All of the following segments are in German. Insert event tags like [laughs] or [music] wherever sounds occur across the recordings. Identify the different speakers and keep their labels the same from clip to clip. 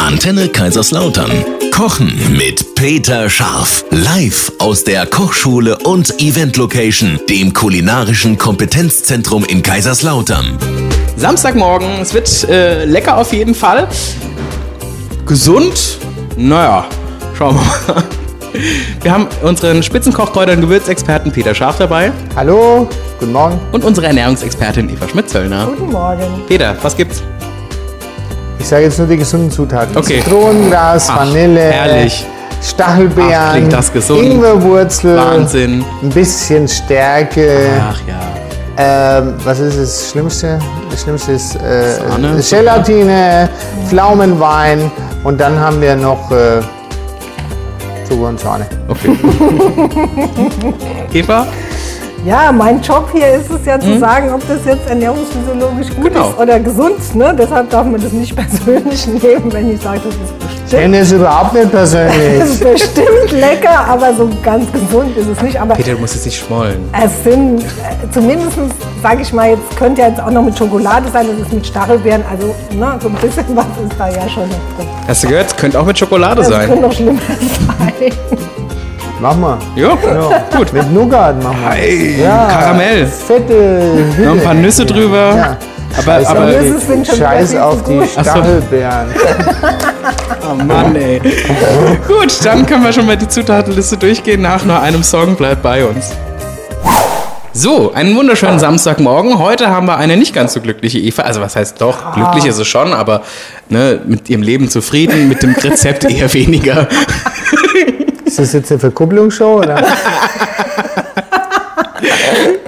Speaker 1: Antenne Kaiserslautern. Kochen mit Peter Scharf. Live aus der Kochschule und Event Location, dem kulinarischen Kompetenzzentrum in Kaiserslautern.
Speaker 2: Samstagmorgen, es wird äh, lecker auf jeden Fall. Gesund? Naja, schauen wir mal. [laughs] Wir haben unseren Spitzenkoch, Kräuter- und Gewürzexperten Peter Scharf dabei
Speaker 3: Hallo, guten Morgen.
Speaker 2: und unsere Ernährungsexpertin Eva Schmidt-Zöllner.
Speaker 3: Guten Morgen.
Speaker 2: Peter, was gibt's?
Speaker 3: Ich sage jetzt nur die gesunden Zutaten.
Speaker 2: Okay.
Speaker 3: Zitronengras,
Speaker 2: Ach,
Speaker 3: Vanille,
Speaker 2: herrlich.
Speaker 3: Äh, Stachelbeeren,
Speaker 2: Ach, klingt das gesund.
Speaker 3: Ingwerwurzel,
Speaker 2: Wahnsinn.
Speaker 3: ein bisschen Stärke.
Speaker 2: Ach ja.
Speaker 3: Ähm, was ist das Schlimmste? Das Schlimmste ist
Speaker 2: Sahne?
Speaker 3: äh, Gelatine, Pflaumenwein und dann haben wir noch äh, Zucker und Sahne. [laughs]
Speaker 2: Okay. Eva?
Speaker 4: Ja, mein Job hier ist es ja zu sagen, ob das jetzt ernährungsphysiologisch gut
Speaker 2: Mhm. Genau.
Speaker 4: ist oder gesund. Ne? Deshalb darf man das nicht [laughs] persönlich nehmen, wenn ich sage, das ist
Speaker 3: Ich
Speaker 4: bestimmt,
Speaker 3: kenne es überhaupt nicht
Speaker 2: [laughs]
Speaker 4: das
Speaker 3: persönlich.
Speaker 4: ist bestimmt lecker, aber so ganz gesund ist es nicht. Aber
Speaker 2: Peter, du musst jetzt nicht schmollen.
Speaker 4: es sind, äh, zumindest sage ich mal, jetzt könnte ja jetzt auch noch mit Schokolade sein, das ist mit Stachelbeeren, also ne, so ein bisschen was ist da ja schon noch drin.
Speaker 2: Hast du gehört? Es könnte auch mit Schokolade
Speaker 4: Das
Speaker 2: sein.
Speaker 4: könnte noch schlimmer [laughs] sein.
Speaker 3: Mach mal.
Speaker 2: Ja,
Speaker 3: Ja.
Speaker 2: gut.
Speaker 3: Mit Nougat machen wir.
Speaker 2: Ey,
Speaker 3: Ja.
Speaker 2: Karamell.
Speaker 3: Fette Hülle.
Speaker 2: Noch ein paar Nüsse drüber.
Speaker 3: Ja.
Speaker 2: Aber,
Speaker 3: Scheiß
Speaker 2: aber,
Speaker 3: auf
Speaker 4: Nüsse sind schon
Speaker 3: Scheiß
Speaker 4: wieder viel
Speaker 3: auf
Speaker 4: zu
Speaker 3: die
Speaker 4: gut.
Speaker 2: so.
Speaker 3: Stachelbeeren.
Speaker 2: oh Mann, [laughs] ey. Gut, dann können wir schon mal die Zutatenliste durchgehen. Nach nur einem Song bleibt bei uns. So, einen wunderschönen Samstagmorgen. Heute haben wir eine nicht ganz so glückliche Eva. Also was heißt doch, glücklich ist sie schon, aber ne, mit ihrem Leben zufrieden, mit dem [laughs] Rezept eher weniger.
Speaker 3: Ist das jetzt eine Verkupplungsshow? Oder?
Speaker 2: [laughs]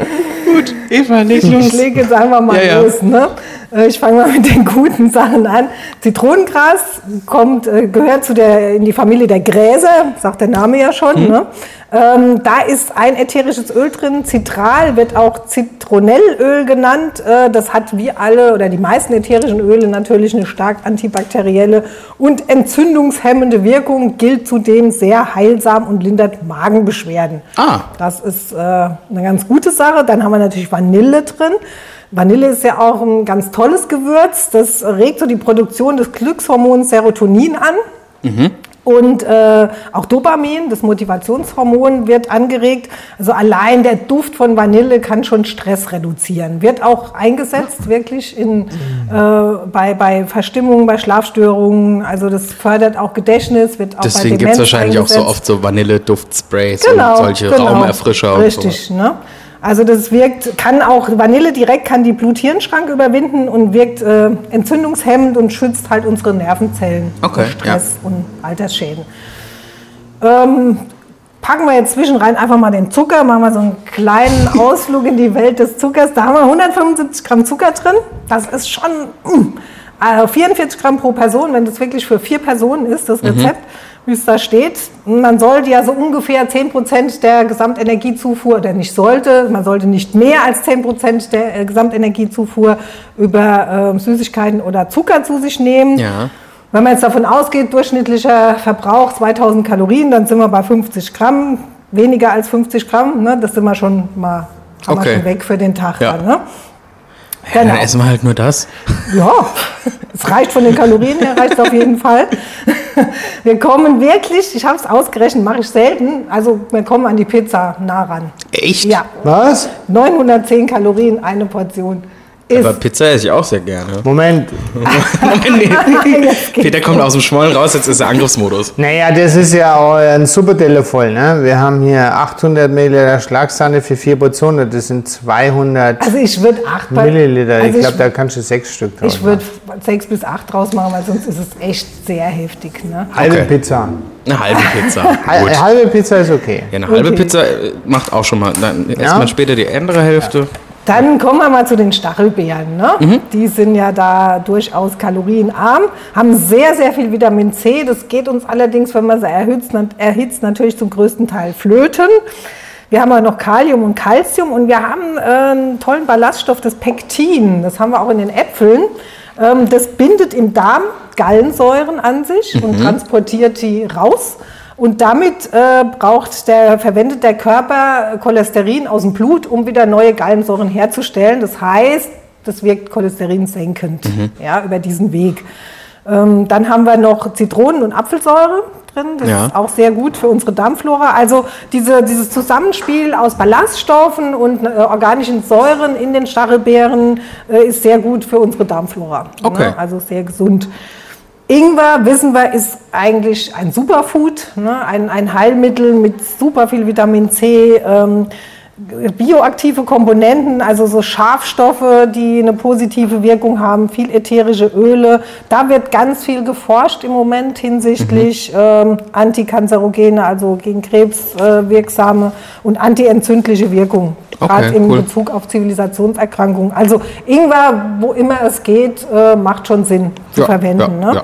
Speaker 2: Eva, leg los. [laughs]
Speaker 4: Ich lege jetzt einfach mal
Speaker 2: Ja, ja.
Speaker 4: los. Ne? Äh, Ich fange mal mit den guten Sachen an. Zitronengras kommt, äh, gehört zu der, in die Familie der Gräser, sagt der Name ja schon.
Speaker 2: Mhm.
Speaker 4: Ne? Ähm, da ist ein ätherisches Öl drin, Citral, wird auch Zitronellöl genannt. Äh, das hat wie alle oder die meisten ätherischen Öle natürlich eine stark antibakterielle und entzündungshemmende Wirkung, gilt zudem sehr heilsam und lindert Magenbeschwerden.
Speaker 2: Ah.
Speaker 4: Das ist äh, eine ganz gute Sache. Dann haben wir natürlich Vanille drin. Vanille ist ja auch ein ganz tolles Gewürz. Das regt so die Produktion des Glückshormons Serotonin an. Und äh, auch Dopamin, das Motivationshormon, wird angeregt. Also allein der Duft von Vanille kann schon Stress reduzieren. Wird auch eingesetzt wirklich in, äh, bei, bei Verstimmungen, bei Schlafstörungen. Also das fördert auch Gedächtnis. Wird auch
Speaker 2: Deswegen
Speaker 4: bei
Speaker 2: gibt es
Speaker 4: Demenz
Speaker 2: wahrscheinlich auch so
Speaker 4: eingesetzt Genau,
Speaker 2: oft so Vanille-Duftsprays und solche Raumerfrischer und
Speaker 4: richtig, ne? Also das wirkt, kann auch Vanille direkt kann die Blut-Hirn-Schrank überwinden und wirkt äh, entzündungshemmend und schützt halt unsere Nervenzellen
Speaker 2: Okay,
Speaker 4: vor Stress und Altersschäden. Ähm, packen wir jetzt zwischenrein einfach mal den Zucker, machen wir so einen kleinen Ausflug in die Welt des Zuckers. Da haben wir 175 Gramm Zucker drin. Das ist schon mm, also 44 Gramm pro Person, wenn das wirklich für vier Personen ist, das Rezept, wie es da steht. Man sollte ja so ungefähr 10 Prozent der Gesamtenergiezufuhr, oder nicht sollte, man sollte nicht mehr als 10 Prozent der äh, Gesamtenergiezufuhr über ähm, Süßigkeiten oder Zucker zu sich nehmen.
Speaker 2: Ja.
Speaker 4: Wenn man jetzt davon ausgeht, durchschnittlicher Verbrauch 2000 Kalorien, dann sind wir bei 50 Gramm, weniger als 50 Gramm. Ne? Das sind wir schon mal haben
Speaker 2: Okay.
Speaker 4: wir schon weg für den Tag.
Speaker 2: Ja.
Speaker 4: Dann, ne?
Speaker 2: so.
Speaker 4: Genau.
Speaker 2: Dann essen wir halt nur das.
Speaker 4: Ja, [laughs] es reicht von den Kalorien her, reicht auf jeden Fall. [laughs] Wir kommen wirklich, ich habe es ausgerechnet, mache ich selten, also wir kommen an die Pizza nah ran.
Speaker 2: Echt?
Speaker 4: Ja,
Speaker 3: Was?
Speaker 4: 910 Kalorien eine Portion ist.
Speaker 2: Aber Pizza esse ich auch sehr gerne.
Speaker 3: Moment.
Speaker 2: Moment, [laughs]
Speaker 4: Jetzt
Speaker 2: nee.
Speaker 4: geht's
Speaker 2: Peter kommt aus dem Schmollen raus, jetzt ist er Angriffsmodus.
Speaker 3: Naja, das ist ja auch ein super Telefon. Ne? Wir haben hier 800 Milliliter Schlagsahne für vier Portionen. Das sind 200
Speaker 4: Also ich würde acht bei-
Speaker 3: Milliliter.
Speaker 4: Also
Speaker 3: ich glaube, da kannst du sechs Stück draus
Speaker 4: Ich würde sechs bis acht draus machen, weil sonst ist es echt sehr heftig. Ne?
Speaker 3: machen. Halbe
Speaker 2: Okay.
Speaker 3: Pizza.
Speaker 2: Eine halbe Pizza.
Speaker 3: Hal-
Speaker 2: Gut.
Speaker 3: Halbe Pizza ist okay.
Speaker 2: Ja, eine halbe
Speaker 4: Okay.
Speaker 2: Pizza äh, macht auch schon mal. Dann erst mal später die andere Hälfte.
Speaker 4: Dann kommen wir mal zu den Stachelbeeren. Ne? Die sind ja da durchaus kalorienarm, haben sehr, sehr viel Vitamin C. Das geht uns allerdings, wenn man sie erhitzt, nat- erhitzt natürlich zum größten Teil flöten. Wir haben auch noch Kalium und Calcium und wir haben äh, einen tollen Ballaststoff, das Pektin. Das haben wir auch in den Äpfeln. Ähm, das bindet im Darm Gallensäuren an sich und transportiert die raus. Und damit äh, braucht der, verwendet der Körper Cholesterin aus dem Blut, um wieder neue Gallensäuren
Speaker 2: Mhm.
Speaker 4: herzustellen. Das heißt, das wirkt cholesterinsenkend ja, über diesen Weg. Ähm, dann haben wir noch Zitronen- und Apfelsäure drin. Das
Speaker 2: Ja.
Speaker 4: ist auch sehr gut für unsere Darmflora. Also diese, dieses Zusammenspiel aus Ballaststoffen und äh, organischen Säuren in den Stachelbeeren äh, ist sehr gut für unsere Darmflora.
Speaker 2: Okay.
Speaker 4: Ne? Also sehr gesund. Ingwer, wissen wir, ist eigentlich ein Superfood, ne? ein, ein Heilmittel mit super viel Vitamin C, ähm, bioaktive Komponenten, also so Schafstoffe, die eine positive Wirkung haben, viel ätherische Öle. Da wird ganz viel geforscht im Moment
Speaker 2: Mhm.
Speaker 4: hinsichtlich ähm, antikanzerogene, also gegen Krebs äh, wirksame und antientzündliche Wirkung.
Speaker 2: Okay,
Speaker 4: Gerade in
Speaker 2: cool.
Speaker 4: Bezug auf Zivilisationserkrankungen. Also Ingwer, wo immer es geht, äh, macht schon Sinn zu verwenden.
Speaker 2: Ja,
Speaker 4: ne?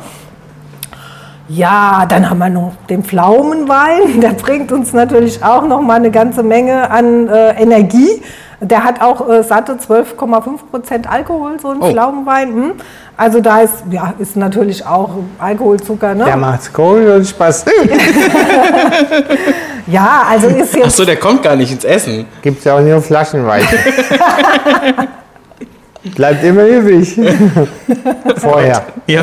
Speaker 4: Ja, dann haben wir noch den Pflaumenwein. [laughs] Der bringt uns natürlich auch noch mal eine ganze Menge an äh, Energie. Der hat auch äh, satte 12,5 Prozent Alkohol, so ein
Speaker 2: Oh.
Speaker 4: Pflaumenwein. Hm. Also da ist, ja, ist natürlich auch Alkoholzucker, ne?
Speaker 3: Der macht's cool und Spaß.
Speaker 2: [laughs]
Speaker 4: Ja, also
Speaker 2: [laughs]
Speaker 4: ist
Speaker 2: ja.
Speaker 4: jetzt,
Speaker 2: Achso, der kommt gar nicht ins Essen.
Speaker 3: Gibt's ja auch nur
Speaker 4: [laughs]
Speaker 3: flaschenweise. Bleibt
Speaker 2: [laughs]
Speaker 3: immer übrig. Vorher.
Speaker 2: Ja.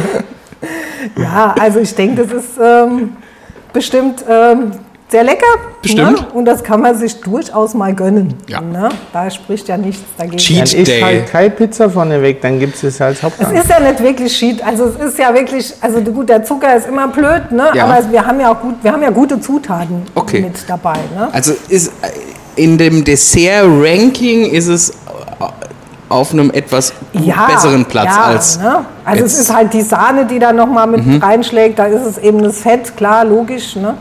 Speaker 4: ja, also ich denke, das ist ähm, bestimmt ähm, sehr lecker.
Speaker 2: Bestimmt.
Speaker 4: Ne? Und das kann man sich durchaus mal gönnen.
Speaker 2: Ja.
Speaker 4: Ne? Da spricht ja nichts dagegen.
Speaker 2: Cheat
Speaker 3: Dann isst
Speaker 2: Day.
Speaker 3: halt keine Pizza vorne weg, dann gibt's es als Hauptgang.
Speaker 4: Es ist ja nicht wirklich Cheat. Also es ist ja wirklich, also gut, der Zucker ist immer blöd, ne?
Speaker 2: Ja.
Speaker 4: Aber wir haben ja auch gut, wir haben ja gute Zutaten
Speaker 2: Okay.
Speaker 4: mit dabei, ne?
Speaker 2: Also ist äh, in dem Dessert-Ranking ist es äh, auf einem etwas besseren Platz
Speaker 4: ja,
Speaker 2: als.
Speaker 4: Ne? Also es
Speaker 2: jetzt- Mhm.
Speaker 4: ist halt die Sahne, die da nochmal mit reinschlägt. Da ist es eben das Fett, klar, logisch, ne?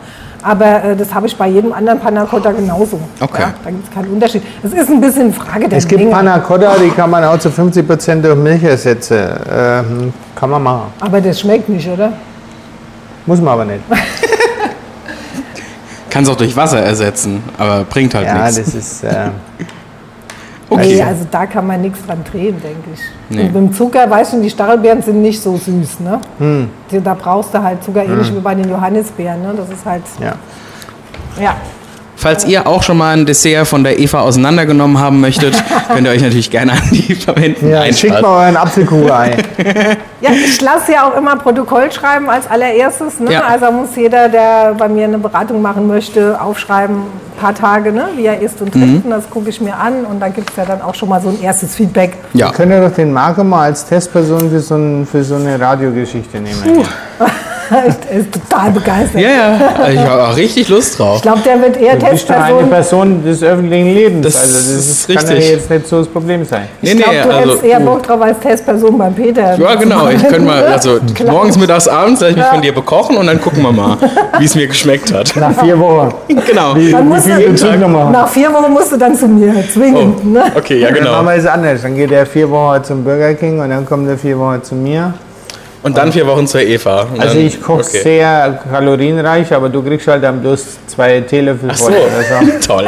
Speaker 4: Aber äh, das habe ich bei jedem anderen Panna Cotta genauso.
Speaker 2: Okay.
Speaker 4: Ja, da gibt es keinen Unterschied. Es ist ein bisschen Frage der
Speaker 3: Es gibt
Speaker 4: Menge,
Speaker 3: Panna Cotta, die kann man auch zu 50% durch Milch ersetzen. Ähm, kann man machen.
Speaker 4: aber das schmeckt nicht, oder?
Speaker 3: Muss man aber nicht.
Speaker 2: Kann es auch durch Wasser ersetzen, aber bringt halt
Speaker 3: Ja, das
Speaker 2: nichts.
Speaker 3: ist. Äh,
Speaker 2: Okay.
Speaker 4: Nee, also da kann man nichts dran drehen, denke ich.
Speaker 2: Nee.
Speaker 4: Und mit dem Zucker, weißt du, die Stachelbeeren sind nicht so süß, ne?
Speaker 3: Hm.
Speaker 4: Die- Da brauchst du halt Zucker, ähnlich wie bei den Johannisbeeren, ne? Das ist halt,
Speaker 3: ja.
Speaker 4: ja.
Speaker 2: Falls ihr auch schon mal ein Dessert von der Eva auseinandergenommen haben möchtet, könnt ihr euch natürlich gerne an die verwenden.
Speaker 3: [laughs] ja
Speaker 2: Nein,
Speaker 3: schickt
Speaker 2: Spaß.
Speaker 3: mal euren [laughs] Apfelkuchen-Ei.
Speaker 4: Ja, ich lasse ja auch immer Protokoll schreiben als allererstes, ne?
Speaker 2: Ja.
Speaker 4: Also muss jeder, der bei mir eine Beratung machen möchte, aufschreiben, ein paar Tage, ne? Wie er isst und trinkt,
Speaker 2: Mhm.
Speaker 4: und das gucke ich mir an und da gibt es ja dann auch schon mal so ein erstes Feedback. [laughs]
Speaker 2: Ja.
Speaker 3: Wir können ja doch den Marco mal als Testperson für so, ein, für so eine Radiogeschichte nehmen.
Speaker 4: er ist total begeistert.
Speaker 2: ja, ja. [laughs] Ich habe auch richtig Lust
Speaker 4: Ich
Speaker 2: drauf.
Speaker 4: glaube, der wird eher
Speaker 3: Du bist doch eine
Speaker 4: Testperson.
Speaker 3: Person des öffentlichen Lebens.
Speaker 2: Das
Speaker 3: also das
Speaker 2: ist
Speaker 3: kann ja
Speaker 2: richtig.
Speaker 3: jetzt nicht so das Problem sein.
Speaker 2: Nee,
Speaker 4: Ich glaube,
Speaker 2: nee,
Speaker 4: du
Speaker 2: also-
Speaker 4: hättest eher Bock drauf als Testperson beim Peter.
Speaker 2: Ja, genau. Ich könnte mal, also
Speaker 4: Klar.
Speaker 2: morgens, mittags, abends lasse ich mich von dir bekochen und dann gucken wir mal, wie es mir geschmeckt
Speaker 4: [laughs]
Speaker 2: hat.
Speaker 3: Nach vier Wochen.
Speaker 2: Genau.
Speaker 4: [laughs] Dann musst
Speaker 3: viel
Speaker 4: du-
Speaker 3: Entzug noch machen?
Speaker 4: Nach vier Wochen musst du dann zu mir
Speaker 2: Oh,
Speaker 4: zwingend. Ne?
Speaker 2: okay, ja,
Speaker 3: Dann machen
Speaker 2: genau.
Speaker 3: wir es anders. Dann geht er vier Wochen zum Burger King und dann kommt er vier Wochen zu mir.
Speaker 2: Und dann vier Wochen zur Eva. Und
Speaker 3: Also
Speaker 2: dann,
Speaker 3: ich koche
Speaker 2: okay.
Speaker 3: sehr kalorienreich, aber du kriegst halt dann bloß zwei Teelöffel
Speaker 2: Ach so,
Speaker 3: voll. Also,
Speaker 2: [laughs] toll.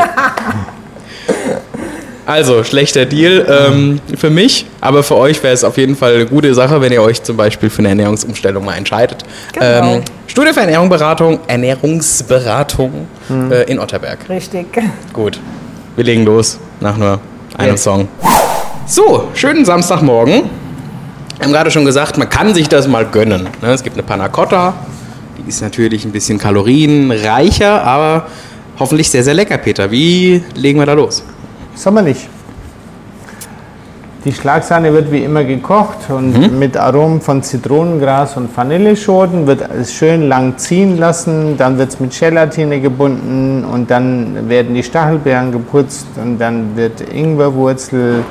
Speaker 2: Also, schlechter Deal ähm, für mich, aber für euch wäre es auf jeden Fall eine gute Sache, wenn ihr euch zum Beispiel für eine Ernährungsumstellung mal entscheidet.
Speaker 4: Genau.
Speaker 2: Ähm, Studie für Ernährungsberatung, Ernährungsberatung
Speaker 3: Hm.
Speaker 2: äh, in Otterberg.
Speaker 4: Richtig.
Speaker 2: Gut, wir legen los nach nur einem Song. So, schönen Samstagmorgen. Wir haben gerade schon gesagt, man kann sich das mal gönnen. ne? Es gibt eine Panna Cotta, die ist natürlich ein bisschen kalorienreicher, aber hoffentlich sehr, sehr lecker, Peter. Wie legen wir da los?
Speaker 3: sommerlich. Die Schlagsahne wird wie immer gekocht und mit Aromen von Zitronengras und Vanilleschoten wird es schön lang ziehen lassen. Dann wird es mit Gelatine gebunden und dann werden die Stachelbeeren geputzt und dann wird Ingwerwurzel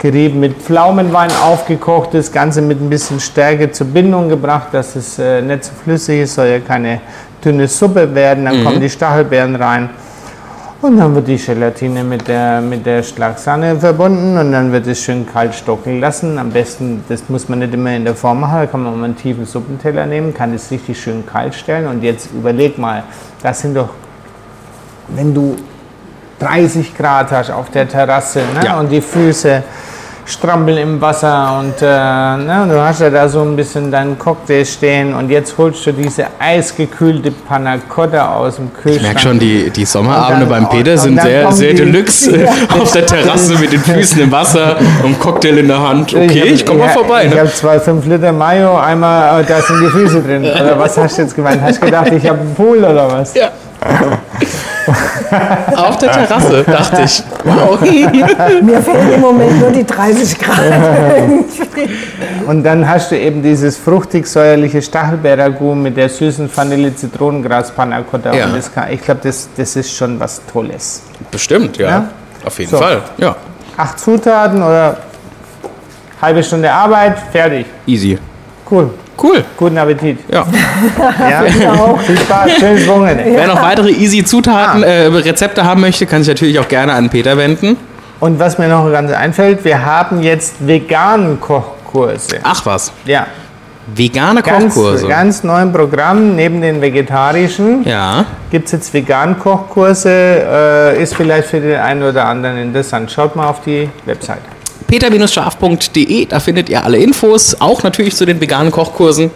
Speaker 3: gerieben mit Pflaumenwein aufgekocht. Das Ganze mit ein bisschen Stärke zur Bindung gebracht, dass es äh, nicht zu so flüssig ist, soll ja keine dünne Suppe werden. Dann kommen die Stachelbeeren rein. Und dann wird die Gelatine mit der, mit der Schlagsahne verbunden und dann wird es schön kalt stocken lassen. Am besten, das muss man nicht immer in der Form machen, da kann man mal einen tiefen Suppenteller nehmen, kann es richtig schön kalt stellen. Und jetzt überleg mal, das sind doch, wenn du 30 Grad hast auf der Terrasse ne?
Speaker 2: Ja.
Speaker 3: und die Füße strampeln im Wasser und äh, ne, du hast ja da so ein bisschen deinen Cocktail stehen und jetzt holst du diese eisgekühlte Panna Cotta aus dem Kühlschrank.
Speaker 2: Ich merke schon, die, die Sommerabende
Speaker 3: Und dann-
Speaker 2: beim Peter
Speaker 3: und
Speaker 2: sind
Speaker 3: dann
Speaker 2: sehr,
Speaker 3: kommen
Speaker 2: sehr
Speaker 3: die-
Speaker 2: deluxe.
Speaker 3: Ja.
Speaker 2: [laughs] Auf der Terrasse mit den Füßen im Wasser und Cocktail in der Hand. Okay,
Speaker 3: hab-
Speaker 2: ich komme mal
Speaker 3: ja,
Speaker 2: vorbei.
Speaker 3: Ich
Speaker 2: Ne?
Speaker 3: habe zwei 5 Liter Mayo, einmal, äh, da sind die Füße drin. Oder was hast du jetzt gemeint? Hast du gedacht, ich habe einen Pool oder was?
Speaker 2: Ja. [laughs] Auf der Terrasse, dachte ich. Wow.
Speaker 4: Mir fehlen im Moment nur die
Speaker 3: [laughs]
Speaker 4: 30 Grad. [laughs]
Speaker 3: Und dann hast du eben dieses fruchtig-säuerliche Stachelbeerragout mit der süßen Vanille-Zitronengras-Panna Cotta.
Speaker 2: Ja.
Speaker 3: Und das kann, ich glaube, das, das ist schon was Tolles.
Speaker 2: [laughs] Bestimmt, ja.
Speaker 3: Ja?
Speaker 2: Auf jeden
Speaker 3: So.
Speaker 2: Fall. Ja,
Speaker 3: Acht Zutaten oder halbe Stunde Arbeit, fertig.
Speaker 2: easy.
Speaker 3: Cool.
Speaker 2: Cool. [laughs]
Speaker 3: Guten Appetit.
Speaker 2: Ja.
Speaker 3: Ja. Viel Spaß, schönes Wochenende.
Speaker 2: Wer noch weitere easy Zutaten,
Speaker 3: Ah.
Speaker 2: äh, Rezepte haben möchte, kann sich natürlich auch gerne an Peter wenden.
Speaker 3: Und was mir noch ganz einfällt, wir haben jetzt veganen Kochkurse.
Speaker 2: Ach was,
Speaker 3: Ja,
Speaker 2: vegane
Speaker 3: ganz,
Speaker 2: Kochkurse.
Speaker 3: ganz neuen Programm. Neben den vegetarischen
Speaker 2: ja,
Speaker 3: gibt es jetzt vegan Kochkurse. Äh, ist vielleicht für den einen oder anderen interessant. Schaut mal auf die Website.
Speaker 2: peter-scharf.de, da findet ihr alle Infos, auch natürlich zu den veganen Kochkursen.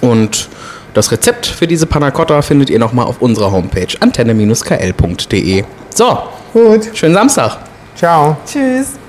Speaker 2: Und das Rezept für diese Panna Cotta findet ihr nochmal auf unserer Homepage antenne-kl.de. So,
Speaker 3: Gut,
Speaker 2: schönen Samstag.
Speaker 3: ciao.
Speaker 4: Tschüss.